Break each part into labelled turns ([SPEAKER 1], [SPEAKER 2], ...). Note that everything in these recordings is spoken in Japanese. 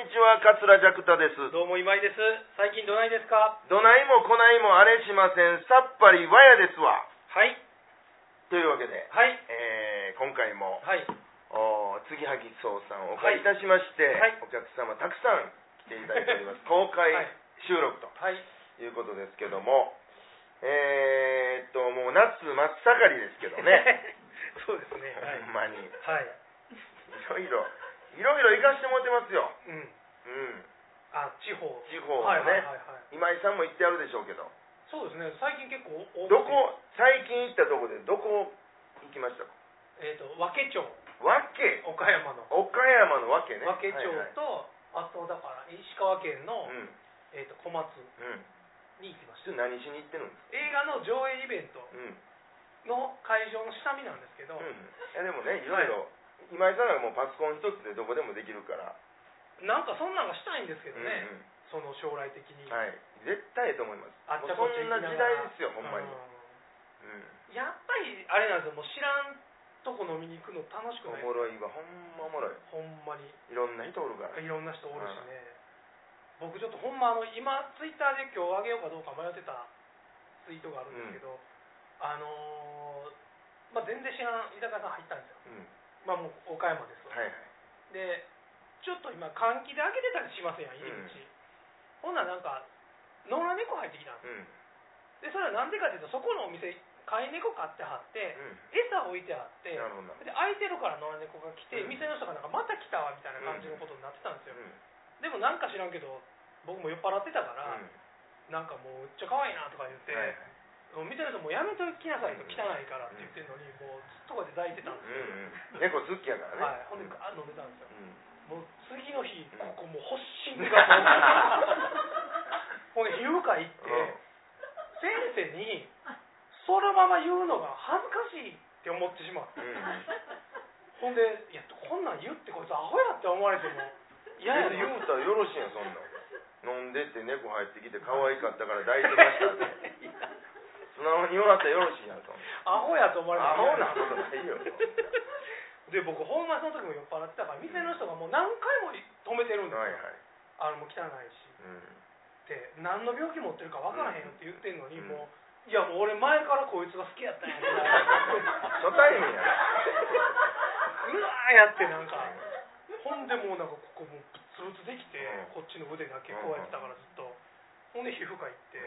[SPEAKER 1] 桂ジャクタです。ど
[SPEAKER 2] どうも今井です。最近どないですか
[SPEAKER 1] ないもこないもあれしません。さっぱりわやですわ。
[SPEAKER 2] はい。
[SPEAKER 1] というわけで、
[SPEAKER 2] はい。
[SPEAKER 1] えー今回も、
[SPEAKER 2] はい。
[SPEAKER 1] おー継ぎはぎ荘さんをお借りいたしまして、
[SPEAKER 2] はい
[SPEAKER 1] お客様たくさん来ていただいており ます。公開
[SPEAKER 2] はい
[SPEAKER 1] 収録と
[SPEAKER 2] はい。
[SPEAKER 1] いうことですけども、えーっと、もう夏真っ盛りですけどね。。
[SPEAKER 2] そうですね。はい。
[SPEAKER 1] ほんまに。い
[SPEAKER 2] はい。
[SPEAKER 1] ろいろ、いろいろ行かしてもらってますよ。
[SPEAKER 2] うん。
[SPEAKER 1] うん。
[SPEAKER 2] あ、地方。
[SPEAKER 1] 地方
[SPEAKER 2] はい
[SPEAKER 1] の
[SPEAKER 2] はいはい
[SPEAKER 1] ね、
[SPEAKER 2] はい。
[SPEAKER 1] 今井さんも行ってあるでしょうけど。
[SPEAKER 2] そうですね。最近結構多くて
[SPEAKER 1] どこ最近行ったとこでどこ行きましたか
[SPEAKER 2] えっ、と、和気町、
[SPEAKER 1] 和気
[SPEAKER 2] 岡山の。
[SPEAKER 1] 岡山の和気ね
[SPEAKER 2] 和気町
[SPEAKER 1] はいはい
[SPEAKER 2] と、あとだから石川県の、
[SPEAKER 1] うん
[SPEAKER 2] えっ、と、小松
[SPEAKER 1] うん
[SPEAKER 2] に行きまし
[SPEAKER 1] そ
[SPEAKER 2] た。
[SPEAKER 1] れ何しに行ってるんです
[SPEAKER 2] 映画の上映イベント
[SPEAKER 1] うん
[SPEAKER 2] の会場の下見なんですけど、
[SPEAKER 1] うんいやでもねいろいろ今井さんがもうパソコン一つでどこでもできるから
[SPEAKER 2] なんかそんなんがしたいんですけ
[SPEAKER 1] う
[SPEAKER 2] ど
[SPEAKER 1] ん
[SPEAKER 2] ね、
[SPEAKER 1] うん
[SPEAKER 2] その将来的に。
[SPEAKER 1] はい絶対と思います
[SPEAKER 2] あっ
[SPEAKER 1] もう
[SPEAKER 2] ちゃ
[SPEAKER 1] そ
[SPEAKER 2] こっち
[SPEAKER 1] ん
[SPEAKER 2] 行
[SPEAKER 1] な
[SPEAKER 2] き
[SPEAKER 1] 時
[SPEAKER 2] が
[SPEAKER 1] 代
[SPEAKER 2] ら
[SPEAKER 1] ですよほんまに
[SPEAKER 2] う
[SPEAKER 1] う
[SPEAKER 2] やっぱりあれなんですよもう知らんとこ飲みに行くの楽しく
[SPEAKER 1] ん
[SPEAKER 2] ない
[SPEAKER 1] おもろいわほんまおもろい
[SPEAKER 2] ほんまに
[SPEAKER 1] いろんな人おるから
[SPEAKER 2] いろんな人おるしね、僕ちょっとほんまあの今ツイッターで今日あげようかどうか迷ってたツイートがあるんですけど、あのーまあ、全然知らん居酒屋さん入ったんですよ
[SPEAKER 1] うん
[SPEAKER 2] まあもう岡山ですわ、
[SPEAKER 1] はいはい
[SPEAKER 2] でちょっと今換気で開けてたりしませんやん入り口、ほんならなんか野良猫入ってきたんです
[SPEAKER 1] うん
[SPEAKER 2] でそれはなんでかっていうとそこのお店飼い猫飼ってはって、
[SPEAKER 1] う
[SPEAKER 2] 餌置いてあって、
[SPEAKER 1] んなるほどなるほど
[SPEAKER 2] で空いてるから野良猫が来て、
[SPEAKER 1] うん
[SPEAKER 2] 店の人がなんかまた来たわみたいな感じのことになってたんで
[SPEAKER 1] う
[SPEAKER 2] すよ、
[SPEAKER 1] ん
[SPEAKER 2] でもなんか知らんけど僕も酔っ払ってたから、
[SPEAKER 1] うん
[SPEAKER 2] なんかもうめっちゃ可愛いなとか言って、
[SPEAKER 1] はいはい
[SPEAKER 2] もう店の人もうやめときなさいと汚いからって言ってるのに、もうずっとこうやって抱いてたん
[SPEAKER 1] う
[SPEAKER 2] で
[SPEAKER 1] ん
[SPEAKER 2] すよ、
[SPEAKER 1] うん猫好きやからね
[SPEAKER 2] はい、ほん
[SPEAKER 1] うん
[SPEAKER 2] でガーッ飲んでたんですよ
[SPEAKER 1] うん
[SPEAKER 2] もう次の日
[SPEAKER 1] うん
[SPEAKER 2] ここもう発疹が もうほんで皮膚科行っ
[SPEAKER 1] う
[SPEAKER 2] て、
[SPEAKER 1] ん
[SPEAKER 2] 先生にそのまま言うのが恥ずかしいって思ってしまって、ほんで「いやこんなん言ってこいつアホや」って思われ ても
[SPEAKER 1] いや
[SPEAKER 2] 嫌や
[SPEAKER 1] 言う
[SPEAKER 2] な
[SPEAKER 1] たらよろしいやんそんなん飲んでって猫入ってきて可愛かったから抱いてましたって素直に言われたらよろしいやんそんな
[SPEAKER 2] アホやと思われて
[SPEAKER 1] ア
[SPEAKER 2] も
[SPEAKER 1] ホ
[SPEAKER 2] 嫌
[SPEAKER 1] な
[SPEAKER 2] や
[SPEAKER 1] ことないよ
[SPEAKER 2] で僕ほんまその時も酔っ払ってたから店の人がもう何回も止めてるんですよ、
[SPEAKER 1] はいはい
[SPEAKER 2] あのもう汚いし
[SPEAKER 1] うん
[SPEAKER 2] って何の病気持ってるか分からへんよって言ってんのに、
[SPEAKER 1] うん
[SPEAKER 2] もういやもう俺前からこいつが好きやったんやから
[SPEAKER 1] 初対面やな
[SPEAKER 2] うわーやってなんかほんでもうなんかここもうぶつぶつできて、
[SPEAKER 1] う
[SPEAKER 2] こっちの腕だけこうやってたからずっと、ほんで皮膚科行って、
[SPEAKER 1] うん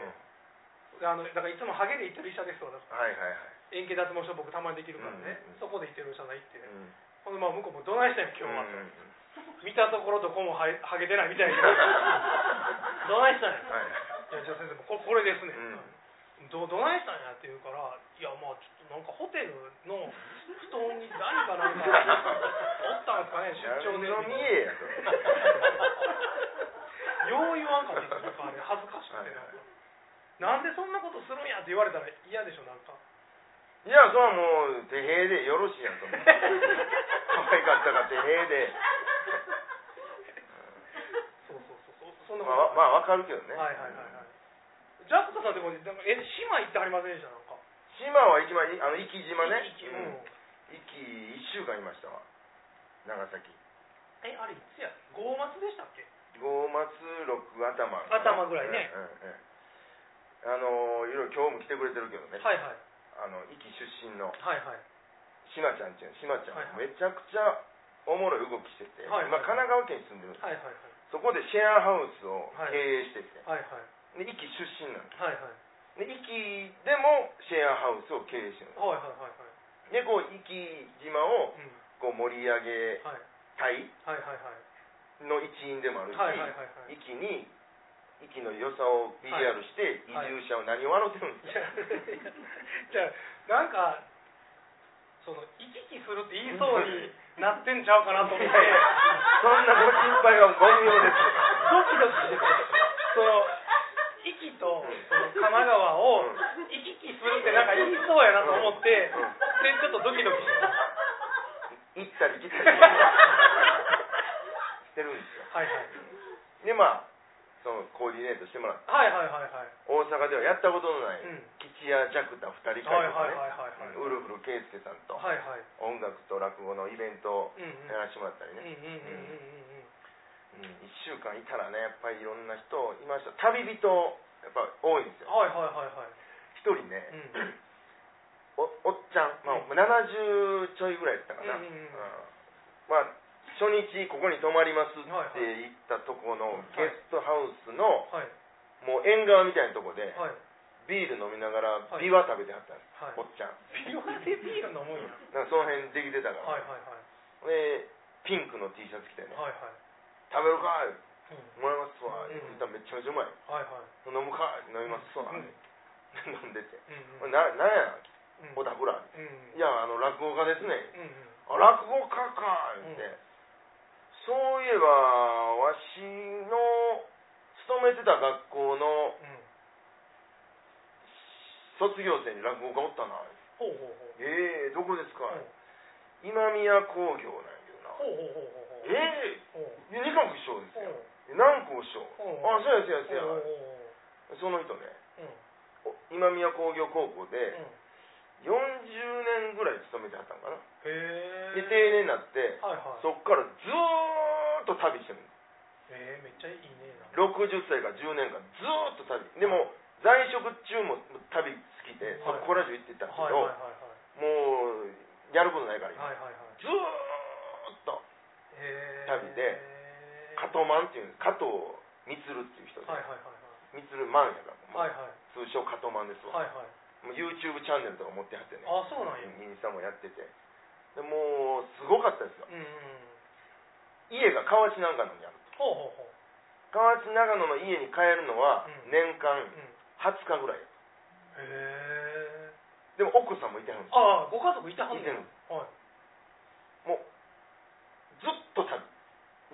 [SPEAKER 2] あのだからいつもハゲで行ってる医者ですわだから
[SPEAKER 1] はいはいはい
[SPEAKER 2] 円形脱毛症僕たまにできるからね、
[SPEAKER 1] うんうんうん
[SPEAKER 2] そこで行ってる医者さん行って、
[SPEAKER 1] うん
[SPEAKER 2] ほんでまあ向こうもどないしたんや今日は、
[SPEAKER 1] うん
[SPEAKER 2] 見たところどこもはハゲてないみ たいなどないしたんや、
[SPEAKER 1] はい
[SPEAKER 2] いやじゃあ先生これこれですね、
[SPEAKER 1] うん
[SPEAKER 2] どどないしたんやって言うからいやまあちょっとなんかホテルの布団に誰かなんかおったんですかね出張
[SPEAKER 1] 何
[SPEAKER 2] で
[SPEAKER 1] の見えやそれ
[SPEAKER 2] よう言わんかったですかあれ恥ずかしくてなんか、なんでそんなことするんやって言われたら嫌でしょなん か
[SPEAKER 1] いやそれはもう手平でよろしいやんそんな可愛かったから手平で
[SPEAKER 2] そうそうそうそうそんな
[SPEAKER 1] ま
[SPEAKER 2] こ
[SPEAKER 1] あ
[SPEAKER 2] と
[SPEAKER 1] まあわかるけどね
[SPEAKER 2] はいはいはいはいジャクタさんでもなんかえ島行ってはりませんでしたなんか
[SPEAKER 1] 島は行きまあの生き島ね
[SPEAKER 2] いいいいうん
[SPEAKER 1] うん一期一週間いましたわ長崎
[SPEAKER 2] えあれいつや五末でしたっけ
[SPEAKER 1] 五末六頭
[SPEAKER 2] 頭ぐらいね
[SPEAKER 1] うんうんうんあのーいろいろ今日も来てくれてるけどね、
[SPEAKER 2] はいはい
[SPEAKER 1] あの壱岐出身の
[SPEAKER 2] はいはい
[SPEAKER 1] しまちゃんちゅうしまちゃん、
[SPEAKER 2] はいはい
[SPEAKER 1] めちゃくちゃおもろい動きしてて、
[SPEAKER 2] はいはい
[SPEAKER 1] 今神奈川県に住んでるんです
[SPEAKER 2] はいはい
[SPEAKER 1] そこでシェアハウスを
[SPEAKER 2] はい
[SPEAKER 1] 経営してて、
[SPEAKER 2] はいはい
[SPEAKER 1] で壱岐出身なんで
[SPEAKER 2] はいはい
[SPEAKER 1] すで壱岐でもシェアハウスを経営してるん
[SPEAKER 2] はいはいはいはい
[SPEAKER 1] ですでこう壱岐島を
[SPEAKER 2] うん
[SPEAKER 1] こう盛り上げ
[SPEAKER 2] はい
[SPEAKER 1] たい
[SPEAKER 2] はいはいはい
[SPEAKER 1] の一員でもあるし、
[SPEAKER 2] はいはいはいはい
[SPEAKER 1] 息に息の良さを PR して移
[SPEAKER 2] はい
[SPEAKER 1] 住者を何を笑ってるん
[SPEAKER 2] い
[SPEAKER 1] です
[SPEAKER 2] や
[SPEAKER 1] か、
[SPEAKER 2] じゃあなんかその行き来するって言いそうになってんちゃうかなと思って
[SPEAKER 1] そんなご心配はご無用です
[SPEAKER 2] ドキドキしてその行きとその神奈川を行き来するってなんか言いそうやなと思ってで
[SPEAKER 1] うん
[SPEAKER 2] ちょっとドキドキしてた
[SPEAKER 1] 行ったり来たりしてるんですよ
[SPEAKER 2] はいは
[SPEAKER 1] で
[SPEAKER 2] い
[SPEAKER 1] まあそのコーディネートしてもらって
[SPEAKER 2] はいはいはいはい
[SPEAKER 1] 大阪ではやったことのない
[SPEAKER 2] うん
[SPEAKER 1] 吉谷ジャクタ2人会と
[SPEAKER 2] はいはい
[SPEAKER 1] かね
[SPEAKER 2] はいはいはい
[SPEAKER 1] ウルフル圭介さんと
[SPEAKER 2] はいはい
[SPEAKER 1] 音楽と落語のイベントを
[SPEAKER 2] うんうん
[SPEAKER 1] やらせてもらったり
[SPEAKER 2] うんうん
[SPEAKER 1] ね、
[SPEAKER 2] うんうんうんうん
[SPEAKER 1] ううん、1週間いたらねやっぱりいろんな人いました旅人やっぱ多いんですよ
[SPEAKER 2] はいはいはいはい
[SPEAKER 1] 一人ね、
[SPEAKER 2] うん
[SPEAKER 1] おおっちゃん、まあ、
[SPEAKER 2] うん
[SPEAKER 1] 70ちょいぐらいだったかな、
[SPEAKER 2] うんうん
[SPEAKER 1] うん
[SPEAKER 2] うん
[SPEAKER 1] まあ初日ここに泊まりますって
[SPEAKER 2] はいはい
[SPEAKER 1] 言ったとこの
[SPEAKER 2] はい
[SPEAKER 1] ゲストハウスの
[SPEAKER 2] はい
[SPEAKER 1] もう縁側みたいなとこで
[SPEAKER 2] はい
[SPEAKER 1] ビール飲みながら
[SPEAKER 2] は
[SPEAKER 1] ビ
[SPEAKER 2] い
[SPEAKER 1] ワ食べてはったんです、
[SPEAKER 2] はい
[SPEAKER 1] おっちゃん
[SPEAKER 2] ビワでビール飲むんや
[SPEAKER 1] なんかその辺できてたから、
[SPEAKER 2] はいはいはい
[SPEAKER 1] でピンクの T シャツ着てね
[SPEAKER 2] はいはい
[SPEAKER 1] 「食べるかい
[SPEAKER 2] うん
[SPEAKER 1] もらいますわ」
[SPEAKER 2] うん
[SPEAKER 1] 言ったらめちゃめちゃうまい
[SPEAKER 2] はいはい
[SPEAKER 1] 「飲むかい飲みますわ」
[SPEAKER 2] うん
[SPEAKER 1] 飲んでて「
[SPEAKER 2] うんうん
[SPEAKER 1] ななんや
[SPEAKER 2] うん
[SPEAKER 1] おたくら」
[SPEAKER 2] うん
[SPEAKER 1] いやあの落語家ですね」
[SPEAKER 2] うんうん
[SPEAKER 1] あ落語家か言って、
[SPEAKER 2] うん
[SPEAKER 1] そういえばわしの勤めてた学校の
[SPEAKER 2] うん
[SPEAKER 1] 卒業生に落語家おったな
[SPEAKER 2] ほうほうほう
[SPEAKER 1] ええどこですか、
[SPEAKER 2] うん
[SPEAKER 1] 今宮工業なんやけどな
[SPEAKER 2] ほうほうほうほうほう
[SPEAKER 1] ええ
[SPEAKER 2] ほう
[SPEAKER 1] 二角師匠です
[SPEAKER 2] ほう
[SPEAKER 1] よ南光師匠
[SPEAKER 2] うん
[SPEAKER 1] あそうやそうやそうや
[SPEAKER 2] ほうほうほう
[SPEAKER 1] その人ね
[SPEAKER 2] うんう
[SPEAKER 1] お今
[SPEAKER 2] ん
[SPEAKER 1] 宮工業高校で40年ぐらい勤めてはったんかな
[SPEAKER 2] へ
[SPEAKER 1] で
[SPEAKER 2] え
[SPEAKER 1] 定年になって
[SPEAKER 2] はいはい
[SPEAKER 1] そっからずーっと旅してるんです
[SPEAKER 2] えー、めっちゃいいねなんか
[SPEAKER 1] 60歳から10年間ずーっと旅でも在職中も旅好きでそ
[SPEAKER 2] はい
[SPEAKER 1] こラジオ行ってたけ
[SPEAKER 2] はい
[SPEAKER 1] ど、
[SPEAKER 2] はいはい
[SPEAKER 1] もうやることないから今、
[SPEAKER 2] はいはいはいはい
[SPEAKER 1] ずーっと
[SPEAKER 2] へえ
[SPEAKER 1] 旅で加藤マンっていう加藤満っていう人
[SPEAKER 2] はい
[SPEAKER 1] で
[SPEAKER 2] はいはい
[SPEAKER 1] 満マンやから、
[SPEAKER 2] はい
[SPEAKER 1] もう
[SPEAKER 2] はいはい
[SPEAKER 1] 通称加藤マンですわ、
[SPEAKER 2] はいはい
[SPEAKER 1] もう YouTube チャンネルとか持ってはってね
[SPEAKER 2] あそうなんや
[SPEAKER 1] インスタもやっててでもうすごかったですよ
[SPEAKER 2] うんうんうん
[SPEAKER 1] 家が河内長野にある
[SPEAKER 2] ほうほうほう
[SPEAKER 1] 河内長野の家に帰るのは
[SPEAKER 2] うん
[SPEAKER 1] 年間
[SPEAKER 2] うん
[SPEAKER 1] 20日ぐらい
[SPEAKER 2] へえ
[SPEAKER 1] でも奥さんもいてはるんです
[SPEAKER 2] ああご家族いてはん
[SPEAKER 1] い
[SPEAKER 2] ね
[SPEAKER 1] て
[SPEAKER 2] や
[SPEAKER 1] る
[SPEAKER 2] はい
[SPEAKER 1] ずっと旅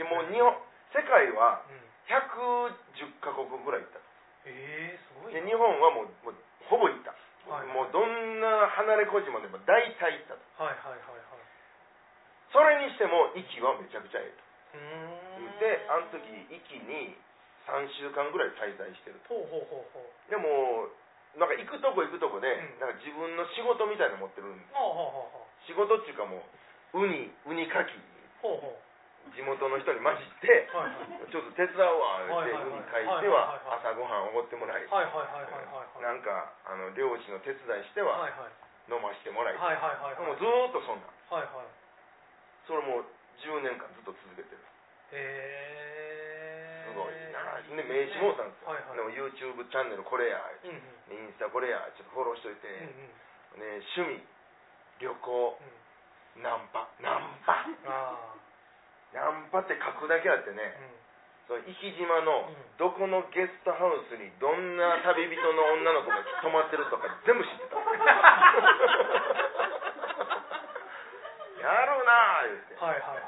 [SPEAKER 1] でもう日本世界は
[SPEAKER 2] うん
[SPEAKER 1] 110カ国ぐらい行った
[SPEAKER 2] ええすごい
[SPEAKER 1] で
[SPEAKER 2] な
[SPEAKER 1] 日本はもうもうほぼ行った、
[SPEAKER 2] はい
[SPEAKER 1] もうどんな離れ小島でも大体行ったと
[SPEAKER 2] はいはいはいはい
[SPEAKER 1] それにしても息はめちゃくちゃええ
[SPEAKER 2] う
[SPEAKER 1] と
[SPEAKER 2] ーん
[SPEAKER 1] であの時息に3週間ぐらい滞在してる
[SPEAKER 2] ほうほうほうほう
[SPEAKER 1] でもうなんか行くとこ行くとこで、
[SPEAKER 2] うん
[SPEAKER 1] なんか自分の仕事みたいなの持ってるんです
[SPEAKER 2] ほうほうほうほう
[SPEAKER 1] 仕事っていうかもうウニウニかき
[SPEAKER 2] ほうほ
[SPEAKER 1] 地元の人に混じって
[SPEAKER 2] うはいはい
[SPEAKER 1] ちょっと手伝うわって
[SPEAKER 2] はい
[SPEAKER 1] ウ
[SPEAKER 2] はい
[SPEAKER 1] ニ
[SPEAKER 2] は
[SPEAKER 1] 書いてはい
[SPEAKER 2] いははい
[SPEAKER 1] 朝
[SPEAKER 2] はい
[SPEAKER 1] ごはんおごってもらい
[SPEAKER 2] はいはいはいはいはいはい
[SPEAKER 1] なんかあの漁師の手伝いして
[SPEAKER 2] は
[SPEAKER 1] はい
[SPEAKER 2] はい
[SPEAKER 1] 飲ましてもらい
[SPEAKER 2] はいはいはいはい
[SPEAKER 1] もうずーっとそんなん
[SPEAKER 2] はいはい
[SPEAKER 1] それもう10年間ずっと続けてる
[SPEAKER 2] へ
[SPEAKER 1] す
[SPEAKER 2] え
[SPEAKER 1] ごいなで名刺もうたんですよ、
[SPEAKER 2] はいはい
[SPEAKER 1] でも YouTube チャンネルこれや
[SPEAKER 2] うんうん
[SPEAKER 1] インスタこれやちょっとフォローしといて、
[SPEAKER 2] うんうん
[SPEAKER 1] ね、趣味旅行
[SPEAKER 2] うん
[SPEAKER 1] ナンパナンパ
[SPEAKER 2] あ
[SPEAKER 1] ナンパって書くだけあって
[SPEAKER 2] あ
[SPEAKER 1] ね
[SPEAKER 2] う
[SPEAKER 1] そ
[SPEAKER 2] ん
[SPEAKER 1] の生島の
[SPEAKER 2] うん
[SPEAKER 1] どこのゲストハウスにどんな旅人の女の子が泊まってる とか全部知ってたやるなあ言って
[SPEAKER 2] はいはいはいはい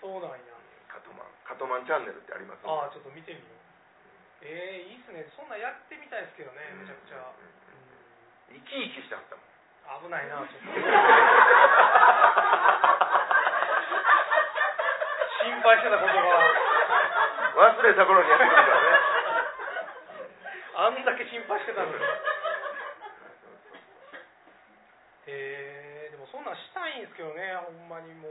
[SPEAKER 2] そうなんや
[SPEAKER 1] カトマンカトマンチャンネルってありますね
[SPEAKER 2] ああちょっと見てみようええいいっすねそんなんやってみたいですけどねめちゃくちゃ、う
[SPEAKER 1] 生き生きしてはったもん
[SPEAKER 2] ん、危ないなちょっと心配してたことが
[SPEAKER 1] 忘れた頃にやってくるからね
[SPEAKER 2] あんだけ心配してたのにえー、でもそんなんしたいんですけどねほんまにもう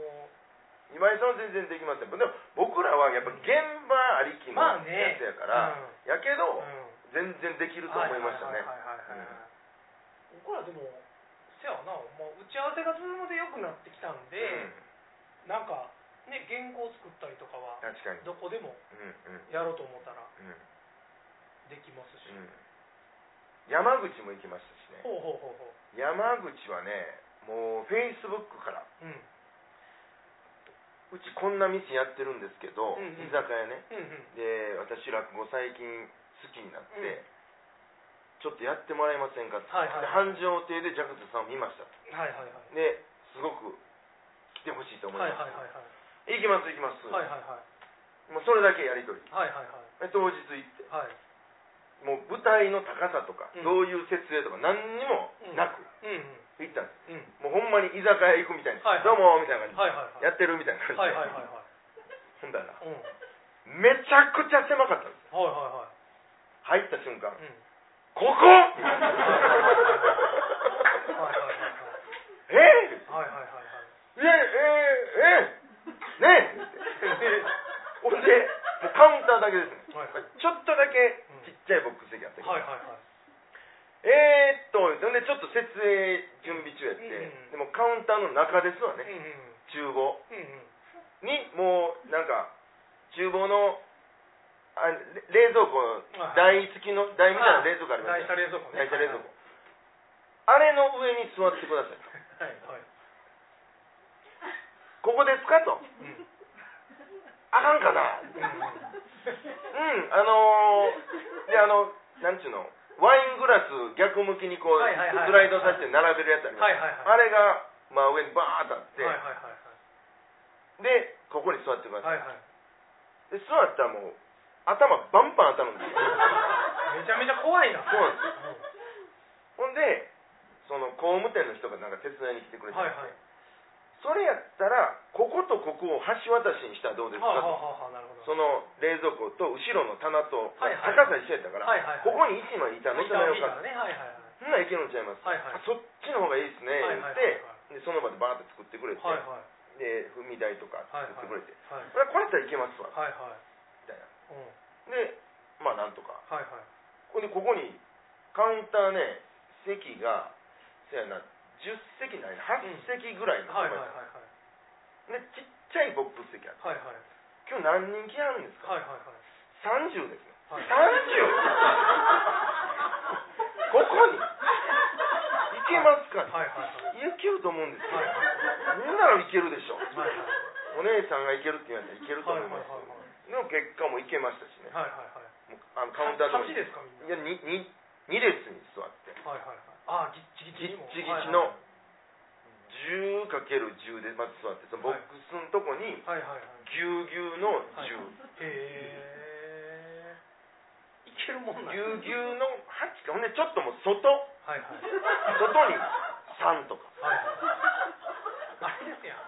[SPEAKER 1] 今井さんは全然できませんでも僕らはやっぱ現場ありきの
[SPEAKER 2] ま
[SPEAKER 1] や
[SPEAKER 2] あね
[SPEAKER 1] つやから、
[SPEAKER 2] うん
[SPEAKER 1] やけど、
[SPEAKER 2] うん
[SPEAKER 1] 全然できると思いましたね
[SPEAKER 2] はいはいはいはいはい僕らでもせやな、まあ、打ち合わせがズームで良くなってきたんで、
[SPEAKER 1] うん
[SPEAKER 2] なんかね原稿を作ったりとかは
[SPEAKER 1] 確かに
[SPEAKER 2] どこでも
[SPEAKER 1] うんうん
[SPEAKER 2] やろうと思ったら
[SPEAKER 1] うん
[SPEAKER 2] できますし、
[SPEAKER 1] うん山口も行きましたしね
[SPEAKER 2] ほうほうほうほう
[SPEAKER 1] 山口はねもうフェイスブックから
[SPEAKER 2] うんう
[SPEAKER 1] う
[SPEAKER 2] ん
[SPEAKER 1] ちこんな店やってるんですけど、
[SPEAKER 2] うんうん
[SPEAKER 1] 居酒屋ね
[SPEAKER 2] うん
[SPEAKER 1] で私落語最近好きになって、
[SPEAKER 2] うん
[SPEAKER 1] ちょっとやってもらえませんかって、
[SPEAKER 2] はいはい
[SPEAKER 1] で繁盛亭でジャクソさんを見ましたと
[SPEAKER 2] はいはいはい
[SPEAKER 1] ですごく来てほしいと思い
[SPEAKER 2] はいはい
[SPEAKER 1] ま
[SPEAKER 2] はい
[SPEAKER 1] す、
[SPEAKER 2] はい
[SPEAKER 1] 行きます行きます、
[SPEAKER 2] はいはいはい
[SPEAKER 1] もうそれだけやり取り
[SPEAKER 2] はいはいはい
[SPEAKER 1] で当日行って
[SPEAKER 2] はい
[SPEAKER 1] もう舞台の高さとか、
[SPEAKER 2] うん
[SPEAKER 1] どういう設営とか何にもなく
[SPEAKER 2] うん
[SPEAKER 1] 行ったんで
[SPEAKER 2] うんうん
[SPEAKER 1] す、もうほんまに居酒屋行くみたいに、
[SPEAKER 2] はいはい
[SPEAKER 1] どうもみたいな感じ、
[SPEAKER 2] はいはいはい
[SPEAKER 1] やってるみたいな感じ
[SPEAKER 2] はい
[SPEAKER 1] で、
[SPEAKER 2] はいはいはい
[SPEAKER 1] ほんだら
[SPEAKER 2] うん
[SPEAKER 1] めちゃくちゃ狭かったんです
[SPEAKER 2] はいはい
[SPEAKER 1] 入っ
[SPEAKER 2] は
[SPEAKER 1] た瞬間
[SPEAKER 2] いうん
[SPEAKER 1] こ こ ええ
[SPEAKER 2] はいはいはいはい
[SPEAKER 1] ええええねえほんでもそうですよねちょっと設営準備中やって、
[SPEAKER 2] うん
[SPEAKER 1] でもカウンターの中ですわ
[SPEAKER 2] うん
[SPEAKER 1] ね、
[SPEAKER 2] うん
[SPEAKER 1] 厨房
[SPEAKER 2] うんうん
[SPEAKER 1] にもうなんか厨房のあれ冷蔵庫
[SPEAKER 2] はい
[SPEAKER 1] 台付きの台みたいな冷蔵庫あります
[SPEAKER 2] 大し
[SPEAKER 1] よ
[SPEAKER 2] た
[SPEAKER 1] ね
[SPEAKER 2] 冷蔵庫ね
[SPEAKER 1] 台車冷蔵庫あれの上に座ってください
[SPEAKER 2] はいはい、
[SPEAKER 1] ここですかと
[SPEAKER 2] うんうん
[SPEAKER 1] あかんかなうんあのー、であのなんちゅうのワイングラス逆向きにこう
[SPEAKER 2] はいはいはい
[SPEAKER 1] スライドさせて並べるやつあります
[SPEAKER 2] はいはい
[SPEAKER 1] あ
[SPEAKER 2] はい
[SPEAKER 1] れが、まあ、上にバーッとあって、
[SPEAKER 2] はいはいは
[SPEAKER 1] でここに座ってください、
[SPEAKER 2] いはいはい
[SPEAKER 1] で座ったらもう頭バンバン当たるんですよ
[SPEAKER 2] めちゃめちゃ怖いな
[SPEAKER 1] そうなんほんでその工務店の人がなんか手伝いに来てくれ
[SPEAKER 2] うん
[SPEAKER 1] て、
[SPEAKER 2] はいはい
[SPEAKER 1] それやったらこことここを橋渡しにしたらどうです
[SPEAKER 2] はあは
[SPEAKER 1] かと、
[SPEAKER 2] あはあなるほど
[SPEAKER 1] その冷蔵庫と後ろの棚と
[SPEAKER 2] はいはい
[SPEAKER 1] 高さ一緒やったから、
[SPEAKER 2] はいはいはい
[SPEAKER 1] ここに一枚板乗せまようか
[SPEAKER 2] ねはいはい
[SPEAKER 1] そんなんいけるんちゃいます、
[SPEAKER 2] はいはい
[SPEAKER 1] あそっちの方がいいですね、
[SPEAKER 2] はいはいはい
[SPEAKER 1] 言ってでその場でバーッと作ってくれて、
[SPEAKER 2] はいはいはい
[SPEAKER 1] で踏み台とか
[SPEAKER 2] はい
[SPEAKER 1] 作ってくれて、
[SPEAKER 2] はい
[SPEAKER 1] これこれやったらいけますわみ
[SPEAKER 2] はいはい
[SPEAKER 1] たいな
[SPEAKER 2] うん
[SPEAKER 1] でまあなんとか
[SPEAKER 2] はいはい
[SPEAKER 1] ほんでここにカウンターね席がせやな10席ないな8席ぐらいの、
[SPEAKER 2] はいはいはいはい
[SPEAKER 1] でちっちゃいボックス席ある
[SPEAKER 2] はいはい
[SPEAKER 1] 今日何人来はるんですか、
[SPEAKER 2] はいはいはい
[SPEAKER 1] 30ですね、
[SPEAKER 2] はい
[SPEAKER 1] 30? ここにいけますか、
[SPEAKER 2] はいはいはい
[SPEAKER 1] いけると思うんですよ、
[SPEAKER 2] はいはい
[SPEAKER 1] みんならいけるでしょ、
[SPEAKER 2] はいはい
[SPEAKER 1] お姉さんがいけるって言われたらいけると思います、
[SPEAKER 2] はい
[SPEAKER 1] の結果もいけましたしね、
[SPEAKER 2] はいはいはい
[SPEAKER 1] もうあの
[SPEAKER 2] はい
[SPEAKER 1] カウンター
[SPEAKER 2] 8
[SPEAKER 1] でもい
[SPEAKER 2] ですかみ
[SPEAKER 1] や
[SPEAKER 2] んな
[SPEAKER 1] 2, 2列に座って
[SPEAKER 2] はいはいはいああギッチギチにも
[SPEAKER 1] ギッチギチの 10×10 でまず座ってそのボックスのとこに
[SPEAKER 2] はいはいはい
[SPEAKER 1] ぎゅうぎゅうの
[SPEAKER 2] はいはい
[SPEAKER 1] 10
[SPEAKER 2] へえいけるもんな
[SPEAKER 1] ぎ
[SPEAKER 2] ん
[SPEAKER 1] ゅう
[SPEAKER 2] や
[SPEAKER 1] ぎゅうの8かほんでちょっともう外
[SPEAKER 2] はいはい
[SPEAKER 1] 外に3とか
[SPEAKER 2] はいはい、あれですやん、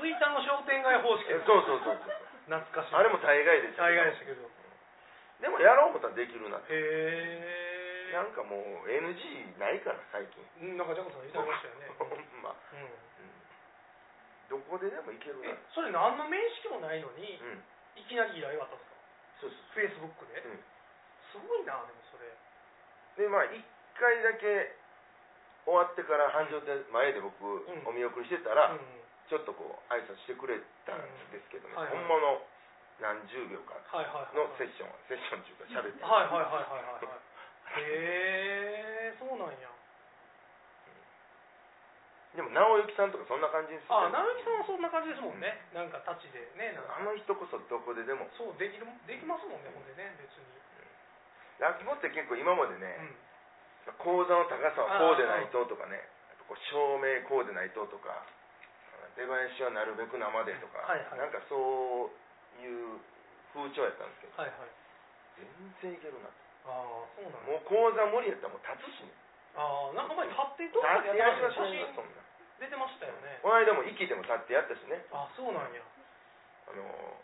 [SPEAKER 2] 吹田の商店街方式
[SPEAKER 1] え
[SPEAKER 2] です
[SPEAKER 1] そうそうそうそう
[SPEAKER 2] 懐かしい。
[SPEAKER 1] あれも大概でした
[SPEAKER 2] 大
[SPEAKER 1] けど
[SPEAKER 2] 概でしたけど。
[SPEAKER 1] でもやろうことはできるなな
[SPEAKER 2] へ
[SPEAKER 1] んかもう NG ないから最近
[SPEAKER 2] え。なんかジャコさん言ってましたよ ね。
[SPEAKER 1] ほんま
[SPEAKER 2] う
[SPEAKER 1] ど
[SPEAKER 2] ん、
[SPEAKER 1] こででもいけるな
[SPEAKER 2] え、それ何の面識もないのに、
[SPEAKER 1] うん
[SPEAKER 2] いきなり依頼があったんで
[SPEAKER 1] そう
[SPEAKER 2] すか
[SPEAKER 1] そう
[SPEAKER 2] フェイスブックで、
[SPEAKER 1] うん
[SPEAKER 2] すごいな、でもそれ。
[SPEAKER 1] でまあ1回だけ終わってから繁盛店前で僕
[SPEAKER 2] ん
[SPEAKER 1] お見送りしてたら、
[SPEAKER 2] うん、
[SPEAKER 1] ちょっとこう挨拶してくれたんですけどね、
[SPEAKER 2] うんはいはい
[SPEAKER 1] ほんまの何十秒か
[SPEAKER 2] はいはいはい。
[SPEAKER 1] のセッションセッションっていうか喋って、
[SPEAKER 2] はいはいはいはいはいはい。へえ、そうなんや。
[SPEAKER 1] でも直行さんとかそんな感じですよ
[SPEAKER 2] あ、直樹さんはそんな感じですもんね。なんかタッチでね、なん
[SPEAKER 1] あ
[SPEAKER 2] か
[SPEAKER 1] の人こそどこででも
[SPEAKER 2] そうできるできますもんね、ほんでね、別に。
[SPEAKER 1] 落語って結構今まで
[SPEAKER 2] う
[SPEAKER 1] ね、
[SPEAKER 2] ん
[SPEAKER 1] 講座の高さはこうでないととかねあとこう照明こうでないととか出囃子はなるべく生でとか、
[SPEAKER 2] はいはい
[SPEAKER 1] なんかそういう風潮やったんですけど
[SPEAKER 2] はいはい。
[SPEAKER 1] 全然いけるな
[SPEAKER 2] ああ、そうな
[SPEAKER 1] も
[SPEAKER 2] の、
[SPEAKER 1] う講座無理やったらもう立つしね
[SPEAKER 2] ああ、なんか前に貼って
[SPEAKER 1] 立
[SPEAKER 2] どっか
[SPEAKER 1] っ
[SPEAKER 2] で
[SPEAKER 1] て
[SPEAKER 2] や
[SPEAKER 1] や
[SPEAKER 2] っ
[SPEAKER 1] り
[SPEAKER 2] て
[SPEAKER 1] まし
[SPEAKER 2] まし
[SPEAKER 1] ょ
[SPEAKER 2] た
[SPEAKER 1] うよ
[SPEAKER 2] ね
[SPEAKER 1] そんなこの間も
[SPEAKER 2] 出てましたよね。
[SPEAKER 1] 息でも立ってやったしね
[SPEAKER 2] あそうなんや。
[SPEAKER 1] あの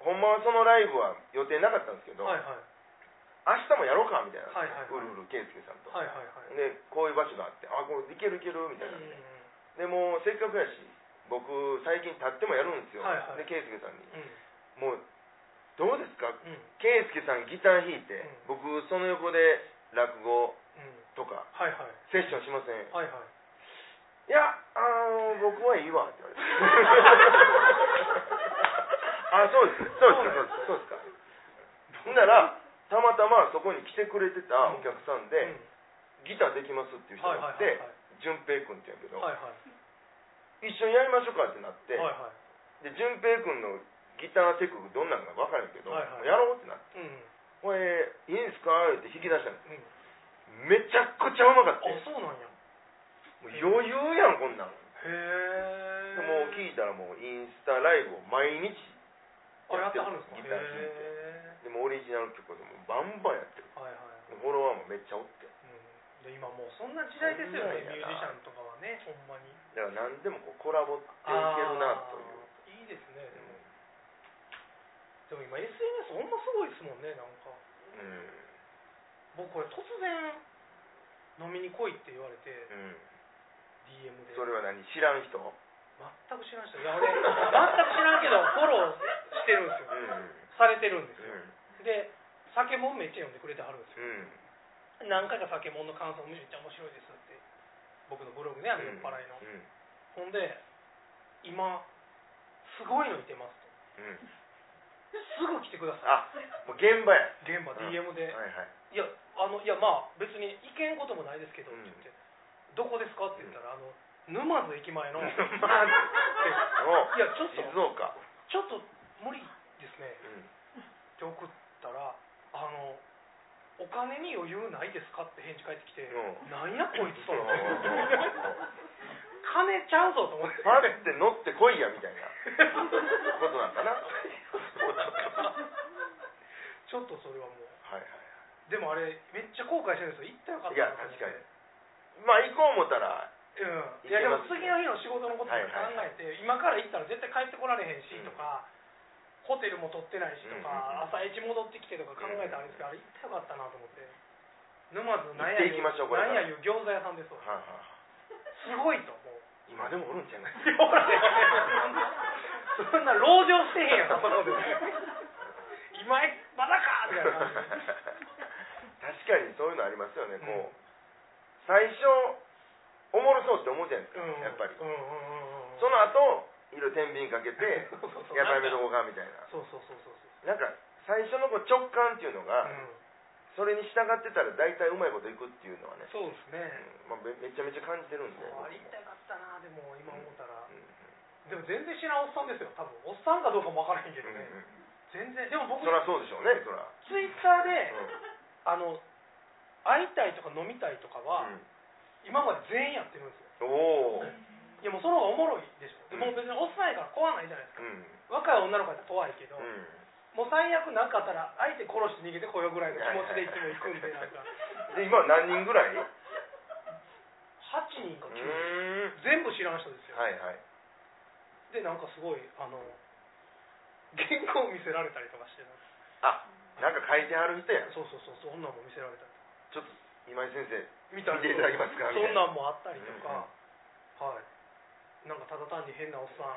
[SPEAKER 1] ほんまはそのライブは予定なかったんですけど、
[SPEAKER 2] はいはい。
[SPEAKER 1] 明日もやろうかみたいな、
[SPEAKER 2] はいはいはいう
[SPEAKER 1] るうる圭介さんと、
[SPEAKER 2] はいはいはい。
[SPEAKER 1] でこういう場所があってあこれいけるいけるみ
[SPEAKER 2] う
[SPEAKER 1] たいな、
[SPEAKER 2] ん。
[SPEAKER 1] でもうせっかくやし僕最近立ってもやるんですよ、
[SPEAKER 2] はいは
[SPEAKER 1] で
[SPEAKER 2] い
[SPEAKER 1] 圭介さんに
[SPEAKER 2] うん。
[SPEAKER 1] 「もうどうですか
[SPEAKER 2] うん。うん。
[SPEAKER 1] 圭介さんギター弾いて、
[SPEAKER 2] う
[SPEAKER 1] 僕その横で落語とか
[SPEAKER 2] はいはい。
[SPEAKER 1] セッションしません、い
[SPEAKER 2] はいはい。
[SPEAKER 1] やあの僕はい いわ」って言われてあそうですそうですかそうですそうですかほんならたまたまそこに来てくれてたお客さんで、
[SPEAKER 2] う
[SPEAKER 1] ギターできますっていうん人が
[SPEAKER 2] はいはい
[SPEAKER 1] い
[SPEAKER 2] はい
[SPEAKER 1] て淳平君って言うんやけど、
[SPEAKER 2] はい。はい
[SPEAKER 1] 一
[SPEAKER 2] はい。
[SPEAKER 1] 緒にやりましょうかってなって、
[SPEAKER 2] はいは
[SPEAKER 1] で淳平君のギターテクどんなんか分からんけど、
[SPEAKER 2] はいはい
[SPEAKER 1] やろうってなって
[SPEAKER 2] い。うん。
[SPEAKER 1] 「これいいんすか?」って弾き出したんです
[SPEAKER 2] うん。
[SPEAKER 1] めちゃくちゃうまかっ
[SPEAKER 2] あ
[SPEAKER 1] たよ、
[SPEAKER 2] そうなんや。
[SPEAKER 1] もう余裕やんこんなん
[SPEAKER 2] へえ。
[SPEAKER 1] でもう聞いたらもうインスタライブを毎日
[SPEAKER 2] あやってはるんですか。
[SPEAKER 1] ギター弾いて
[SPEAKER 2] へ
[SPEAKER 1] でもオリジナル曲でもバンバンやってる
[SPEAKER 2] ーはいはい。
[SPEAKER 1] フォロワーもめっちゃおって
[SPEAKER 2] うん。で今もうそんな時代ですよね、
[SPEAKER 1] そんなん
[SPEAKER 2] ミュ
[SPEAKER 1] や
[SPEAKER 2] ー
[SPEAKER 1] な
[SPEAKER 2] ジシャンとかはね、ほんまに。
[SPEAKER 1] だから何でもこうコラボっていけるなという
[SPEAKER 2] あーいいですね。で
[SPEAKER 1] う
[SPEAKER 2] もでも今 SNS ほんますごいですもんねなん
[SPEAKER 1] ん
[SPEAKER 2] か
[SPEAKER 1] うん
[SPEAKER 2] 僕これ突然飲みに来いって言われて
[SPEAKER 1] うん
[SPEAKER 2] DM で
[SPEAKER 1] それは何知らん人、うん、
[SPEAKER 2] 全く知らん人いや俺全く知らんけどフォローしてるんですよ、されてるんですよ、で酒もんめっちゃ飲んでくれてはるんですよ
[SPEAKER 1] うん
[SPEAKER 2] 何回か酒もんの感想めっちゃ面白いですって僕のブログねあの酔っ払いの、
[SPEAKER 1] うん
[SPEAKER 2] ほんで今すごいのいてますと
[SPEAKER 1] うんうん
[SPEAKER 2] すぐ来てください
[SPEAKER 1] あもう現場や
[SPEAKER 2] 現場
[SPEAKER 1] うん
[SPEAKER 2] DM で、
[SPEAKER 1] はいはい
[SPEAKER 2] いやあのいやまあ別に行けんこともないですけど」っ
[SPEAKER 1] うん
[SPEAKER 2] て言って「どこですか?」って言ったら、あの沼津 駅前の
[SPEAKER 1] ま
[SPEAKER 2] いや
[SPEAKER 1] あ
[SPEAKER 2] ちょっ
[SPEAKER 1] 静
[SPEAKER 2] と
[SPEAKER 1] 岡
[SPEAKER 2] ちょっと無理ですね
[SPEAKER 1] うん
[SPEAKER 2] って送ったら「あのお金に余裕ないですか?」って返事返ってきて
[SPEAKER 1] う
[SPEAKER 2] 「なんやこいつ」と
[SPEAKER 1] うん
[SPEAKER 2] 思って 金ちゃうぞと思って
[SPEAKER 1] パッて乗ってこいやみたいな ことなんかなはい
[SPEAKER 2] ちょっとそれはもう
[SPEAKER 1] はい
[SPEAKER 2] でもあれめっちゃ後悔してるんですよ行ったらよか
[SPEAKER 1] は
[SPEAKER 2] っ
[SPEAKER 1] いい
[SPEAKER 2] た
[SPEAKER 1] や
[SPEAKER 2] なと
[SPEAKER 1] 確か
[SPEAKER 2] 思って
[SPEAKER 1] にまあ行こう思ったら
[SPEAKER 2] うん、いやでも次の日の仕事のことも考えて、今から行ったら絶対帰ってこられへんしとか、ホテルも取ってないしとか、
[SPEAKER 1] うん
[SPEAKER 2] 朝一戻ってきてとか考えたんですけど、あれ行ったらよかったなと思って沼津なん
[SPEAKER 1] 行っていきましょうこれから
[SPEAKER 2] やいう餃子屋さんですわ
[SPEAKER 1] はあはあ
[SPEAKER 2] すごいと思う
[SPEAKER 1] 今でもおるんじゃない
[SPEAKER 2] いやほら そんな籠城してへんやんそんなこと今まだかみたいな感じ
[SPEAKER 1] 確かにそういうのありますよね、こ
[SPEAKER 2] うん
[SPEAKER 1] う最初おもろそうって思うじゃないですか、
[SPEAKER 2] うん
[SPEAKER 1] やっぱり、
[SPEAKER 2] うんうんうんうん
[SPEAKER 1] その後いろいろ天秤かけて
[SPEAKER 2] そうそうそう
[SPEAKER 1] やばい目どこかみたいな
[SPEAKER 2] そうそうそうそうそう
[SPEAKER 1] なんか最初のこう直感っていうのが、
[SPEAKER 2] うん
[SPEAKER 1] それに従ってたら大体うまいこといくっていうのはね、
[SPEAKER 2] そうですね、
[SPEAKER 1] うんまあ、めめちゃめちゃ感じてるんで、
[SPEAKER 2] ありたかったなでも今思ったら、
[SPEAKER 1] うん
[SPEAKER 2] でも全然知らんおっさんですよ多分おっさんかどうかも分からへんけど
[SPEAKER 1] うん
[SPEAKER 2] ね、
[SPEAKER 1] うん
[SPEAKER 2] 全然でも僕
[SPEAKER 1] そりゃそうでしょうねそら、
[SPEAKER 2] ツイッターで、
[SPEAKER 1] うん
[SPEAKER 2] あの会いたいとか飲みたいとか
[SPEAKER 1] う
[SPEAKER 2] は、
[SPEAKER 1] ん
[SPEAKER 2] 今まで全員やってるんですよ
[SPEAKER 1] おお、うん
[SPEAKER 2] いやもうその方がおもろいでしょ、
[SPEAKER 1] うん
[SPEAKER 2] もう別におっさんやから怖ないじゃないですか若い女の子やったら怖いけど、
[SPEAKER 1] うん
[SPEAKER 2] もう最悪なんかあったら相手殺して逃げてこようぐらいの気持ちでいつも行くんでなんか
[SPEAKER 1] で今何人ぐらい
[SPEAKER 2] 8人
[SPEAKER 1] う
[SPEAKER 2] か9
[SPEAKER 1] ーん
[SPEAKER 2] 人、全部知らん人ですよ、
[SPEAKER 1] はいはい
[SPEAKER 2] でなんかすごいあの原稿を見せられたりとかしてなんか
[SPEAKER 1] あなんか書いてある人やん
[SPEAKER 2] そうそうそうそうそんなんも見せられたり
[SPEAKER 1] ちょっ
[SPEAKER 2] とか
[SPEAKER 1] と今井先生
[SPEAKER 2] 見たり
[SPEAKER 1] 見ていただけますか
[SPEAKER 2] そ
[SPEAKER 1] みたいなん
[SPEAKER 2] んなもあったりとか、はいなんかただ単に変なおっさん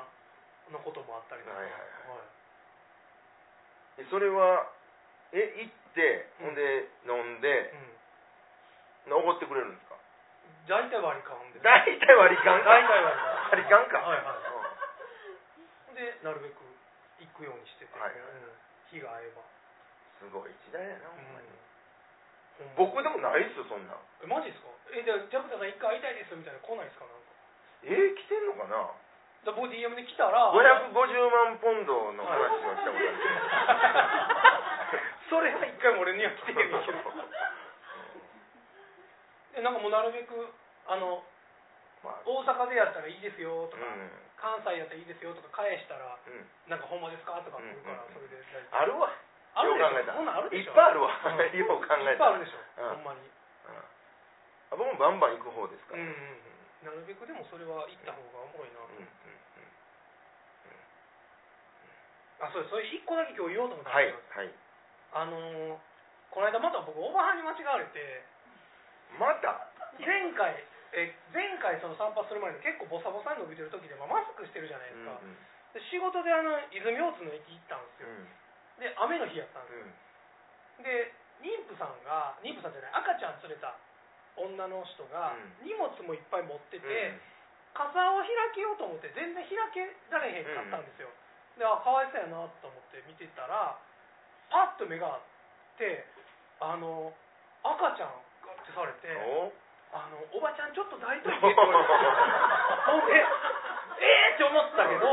[SPEAKER 2] のこともあったりと
[SPEAKER 1] は
[SPEAKER 2] か、
[SPEAKER 1] いはい
[SPEAKER 2] は
[SPEAKER 1] え
[SPEAKER 2] い
[SPEAKER 1] それはえ行ってほん
[SPEAKER 2] うん
[SPEAKER 1] で飲んで
[SPEAKER 2] うん、
[SPEAKER 1] おごってくれるんですか
[SPEAKER 2] 大体割り勘で
[SPEAKER 1] 大体割り勘か
[SPEAKER 2] 大
[SPEAKER 1] 割
[SPEAKER 2] 体
[SPEAKER 1] り勘か
[SPEAKER 2] はいはい
[SPEAKER 1] うん
[SPEAKER 2] でなるべく行くようにしてて、
[SPEAKER 1] はいはい
[SPEAKER 2] うん日が合えば、
[SPEAKER 1] すごい時代やなほんまに
[SPEAKER 2] うん
[SPEAKER 1] 僕でもないっすよそんなん
[SPEAKER 2] えマジですかえじゃあジャクタさん一回会いたいですみたいなの来ないですかなんか
[SPEAKER 1] えー、来てんのかな
[SPEAKER 2] だ僕 DM で来たら
[SPEAKER 1] 550万ポンドの話が来たことある
[SPEAKER 2] それは一回も俺には 来て へんねんけどでなんかもうなるべくあの
[SPEAKER 1] まあ
[SPEAKER 2] 大阪でやったらいいですよと
[SPEAKER 1] う
[SPEAKER 2] か、
[SPEAKER 1] ん
[SPEAKER 2] 関西やったらいいですよとか返したら
[SPEAKER 1] うん
[SPEAKER 2] なんかほんまですかとか来るから
[SPEAKER 1] うん
[SPEAKER 2] それで
[SPEAKER 1] あ
[SPEAKER 2] 大体
[SPEAKER 1] るわ
[SPEAKER 2] ある
[SPEAKER 1] よう考え
[SPEAKER 2] でし
[SPEAKER 1] た
[SPEAKER 2] ょそんなんあるで
[SPEAKER 1] いっ
[SPEAKER 2] しょ
[SPEAKER 1] ぱいあるわ
[SPEAKER 2] うん
[SPEAKER 1] よう考
[SPEAKER 2] い
[SPEAKER 1] え
[SPEAKER 2] っぱい
[SPEAKER 1] た
[SPEAKER 2] あ
[SPEAKER 1] ら
[SPEAKER 2] るでしょ、
[SPEAKER 1] うん
[SPEAKER 2] ほんまに
[SPEAKER 1] うんあ僕もバンバン行く方ですか
[SPEAKER 2] う
[SPEAKER 1] ら
[SPEAKER 2] んうんうんなるべくでもそれは行った方がおもろいな
[SPEAKER 1] うんうん
[SPEAKER 2] あそうですそれ一個だけ今日言おうと思った
[SPEAKER 1] はい
[SPEAKER 2] んですよ、
[SPEAKER 1] はい
[SPEAKER 2] あのー、この間また僕オーバーハンに間違われて
[SPEAKER 1] また
[SPEAKER 2] 前回え前回その散髪する前に結構ボサボサに伸びてる時で、まあ、マスクしてるじゃないですか、
[SPEAKER 1] うん
[SPEAKER 2] で仕事であの泉大津の駅行ったんですよで雨の日やったんですよで妊婦さんが妊婦さんじゃない赤ちゃん連れた女の人が
[SPEAKER 1] うん
[SPEAKER 2] 荷物もいっぱい持ってて、傘を開けようと思って全然開けられへんかったんですよ、であかわいそうやなと思って見てたらパッと目が合ってあの赤ちゃんがってされてあのおばちゃんちょっと抱いといてって言われてほ んでえーって思ったけど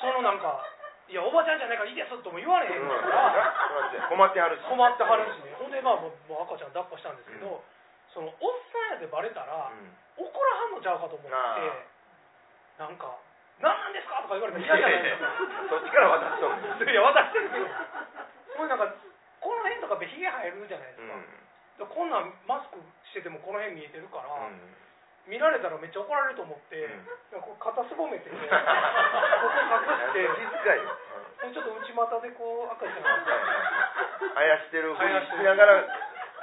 [SPEAKER 2] そのなんかいやおばちゃんじゃないからいいですとも言われへんから
[SPEAKER 1] 困ってはるし
[SPEAKER 2] 困ってはるしねほんでまあもうもう赤ちゃん抱っこしたんですけど、そのおっさんやでバレたら、怒らはんのちゃうかと思って
[SPEAKER 1] あ
[SPEAKER 2] なんか「何なんですか?」とか言われたら
[SPEAKER 1] いや
[SPEAKER 2] 嫌
[SPEAKER 1] い
[SPEAKER 2] じゃ
[SPEAKER 1] やい
[SPEAKER 2] ないで
[SPEAKER 1] や
[SPEAKER 2] すか
[SPEAKER 1] そっちから渡しとんねん
[SPEAKER 2] いや私ですよこれなんかこの辺とかってヒゲ生えるじゃないです
[SPEAKER 1] うん
[SPEAKER 2] か、でこんなんマスクしててもこの辺見えてるから、見られたらめっちゃ怒られると思って、
[SPEAKER 1] うん
[SPEAKER 2] なんかこう肩すぼめ てここ隠し
[SPEAKER 1] 気
[SPEAKER 2] て
[SPEAKER 1] 遣いよ
[SPEAKER 2] ちょっと内股でこう赤ちゃん
[SPEAKER 1] うんあやしてるふりしながら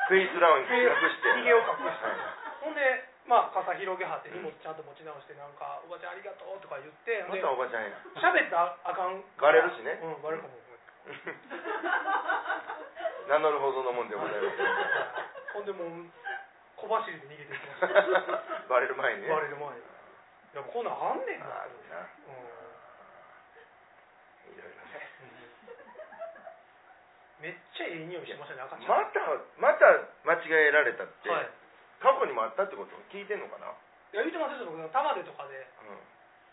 [SPEAKER 1] クイズラウンド隠して
[SPEAKER 2] ひげを隠して
[SPEAKER 1] はい
[SPEAKER 2] ほんでまあ傘広げはって荷物ちゃんと持ち直してなんか「おばちゃんありがとう」とか言って
[SPEAKER 1] ま
[SPEAKER 2] で
[SPEAKER 1] たおばちゃんや
[SPEAKER 2] 喋ったらあかん
[SPEAKER 1] バレるしね
[SPEAKER 2] うんバ レるかもごめん
[SPEAKER 1] 名乗るほどのもんでございません
[SPEAKER 2] ほんでもうこ小走りで逃げていきました
[SPEAKER 1] バレる前にね
[SPEAKER 2] バレる前にいやこんなんあんねんな
[SPEAKER 1] あ
[SPEAKER 2] う
[SPEAKER 1] るなんいろいろね
[SPEAKER 2] めっちゃええ匂いしてましたね赤ちゃん
[SPEAKER 1] またまた間違えられたって、
[SPEAKER 2] はい
[SPEAKER 1] 過去にもあったってこと聞いてんのかな、う
[SPEAKER 2] いや言うてませんでした僕多摩でとかで
[SPEAKER 1] ん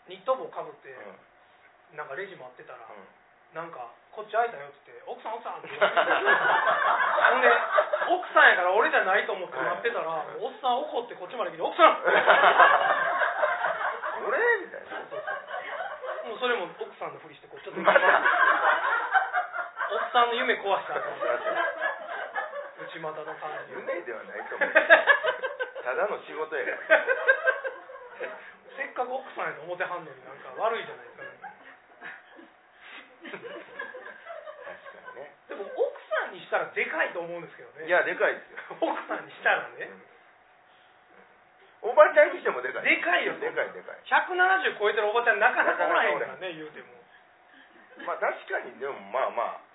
[SPEAKER 2] ニット帽かぶって、
[SPEAKER 1] うん
[SPEAKER 2] なんかレジ待ってたら、
[SPEAKER 1] うん
[SPEAKER 2] なんかこっち開いたよって言って奥さん奥さん って言われてほんで奥さんやから俺じゃないと思って待ってたら、
[SPEAKER 1] はい
[SPEAKER 2] おっさん怒ってこっちまで来て奥 さん
[SPEAKER 1] 俺みたい な
[SPEAKER 2] もうそれも奥さんのふりしてこ うちょっと
[SPEAKER 1] また
[SPEAKER 2] おっさんの夢壊したと思って内股の感じ
[SPEAKER 1] 夢ではないと思う
[SPEAKER 2] せ
[SPEAKER 1] ただの仕事やから
[SPEAKER 2] っかく奥さんやと思ってはんのになんか悪いじゃないですか、
[SPEAKER 1] 確
[SPEAKER 2] ね、
[SPEAKER 1] かに ね
[SPEAKER 2] でも奥さんにしたらでかいと思うんですけどね
[SPEAKER 1] いやでかいですよ
[SPEAKER 2] 奥さんにしたらね
[SPEAKER 1] おばちゃんにしてもでかい
[SPEAKER 2] でかいよ
[SPEAKER 1] でかいでかい
[SPEAKER 2] 170超えてるおばちゃんなかなかおらへんからね言うても
[SPEAKER 1] まあ確かにでもまあまあ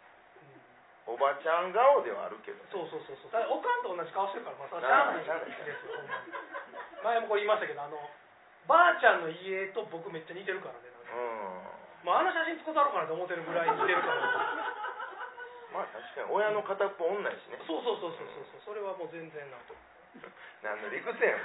[SPEAKER 1] おばちゃん顔ではあるけど
[SPEAKER 2] そうそうそうそうだからおかんと同じ顔してるからまあそれ
[SPEAKER 1] な
[SPEAKER 2] は
[SPEAKER 1] あ
[SPEAKER 2] しゃあないですよほんまに前もこれ言いましたけどあのばあちゃんの家と僕めっちゃ似てるからねなんか
[SPEAKER 1] うん
[SPEAKER 2] まあ、あの写真使うだろうかなと思ってるぐらい似てるから
[SPEAKER 1] まあ確かに親の片っぽ女やしね
[SPEAKER 2] そうそうそうそうそうそれはもう全然なと。
[SPEAKER 1] 何の理屈やん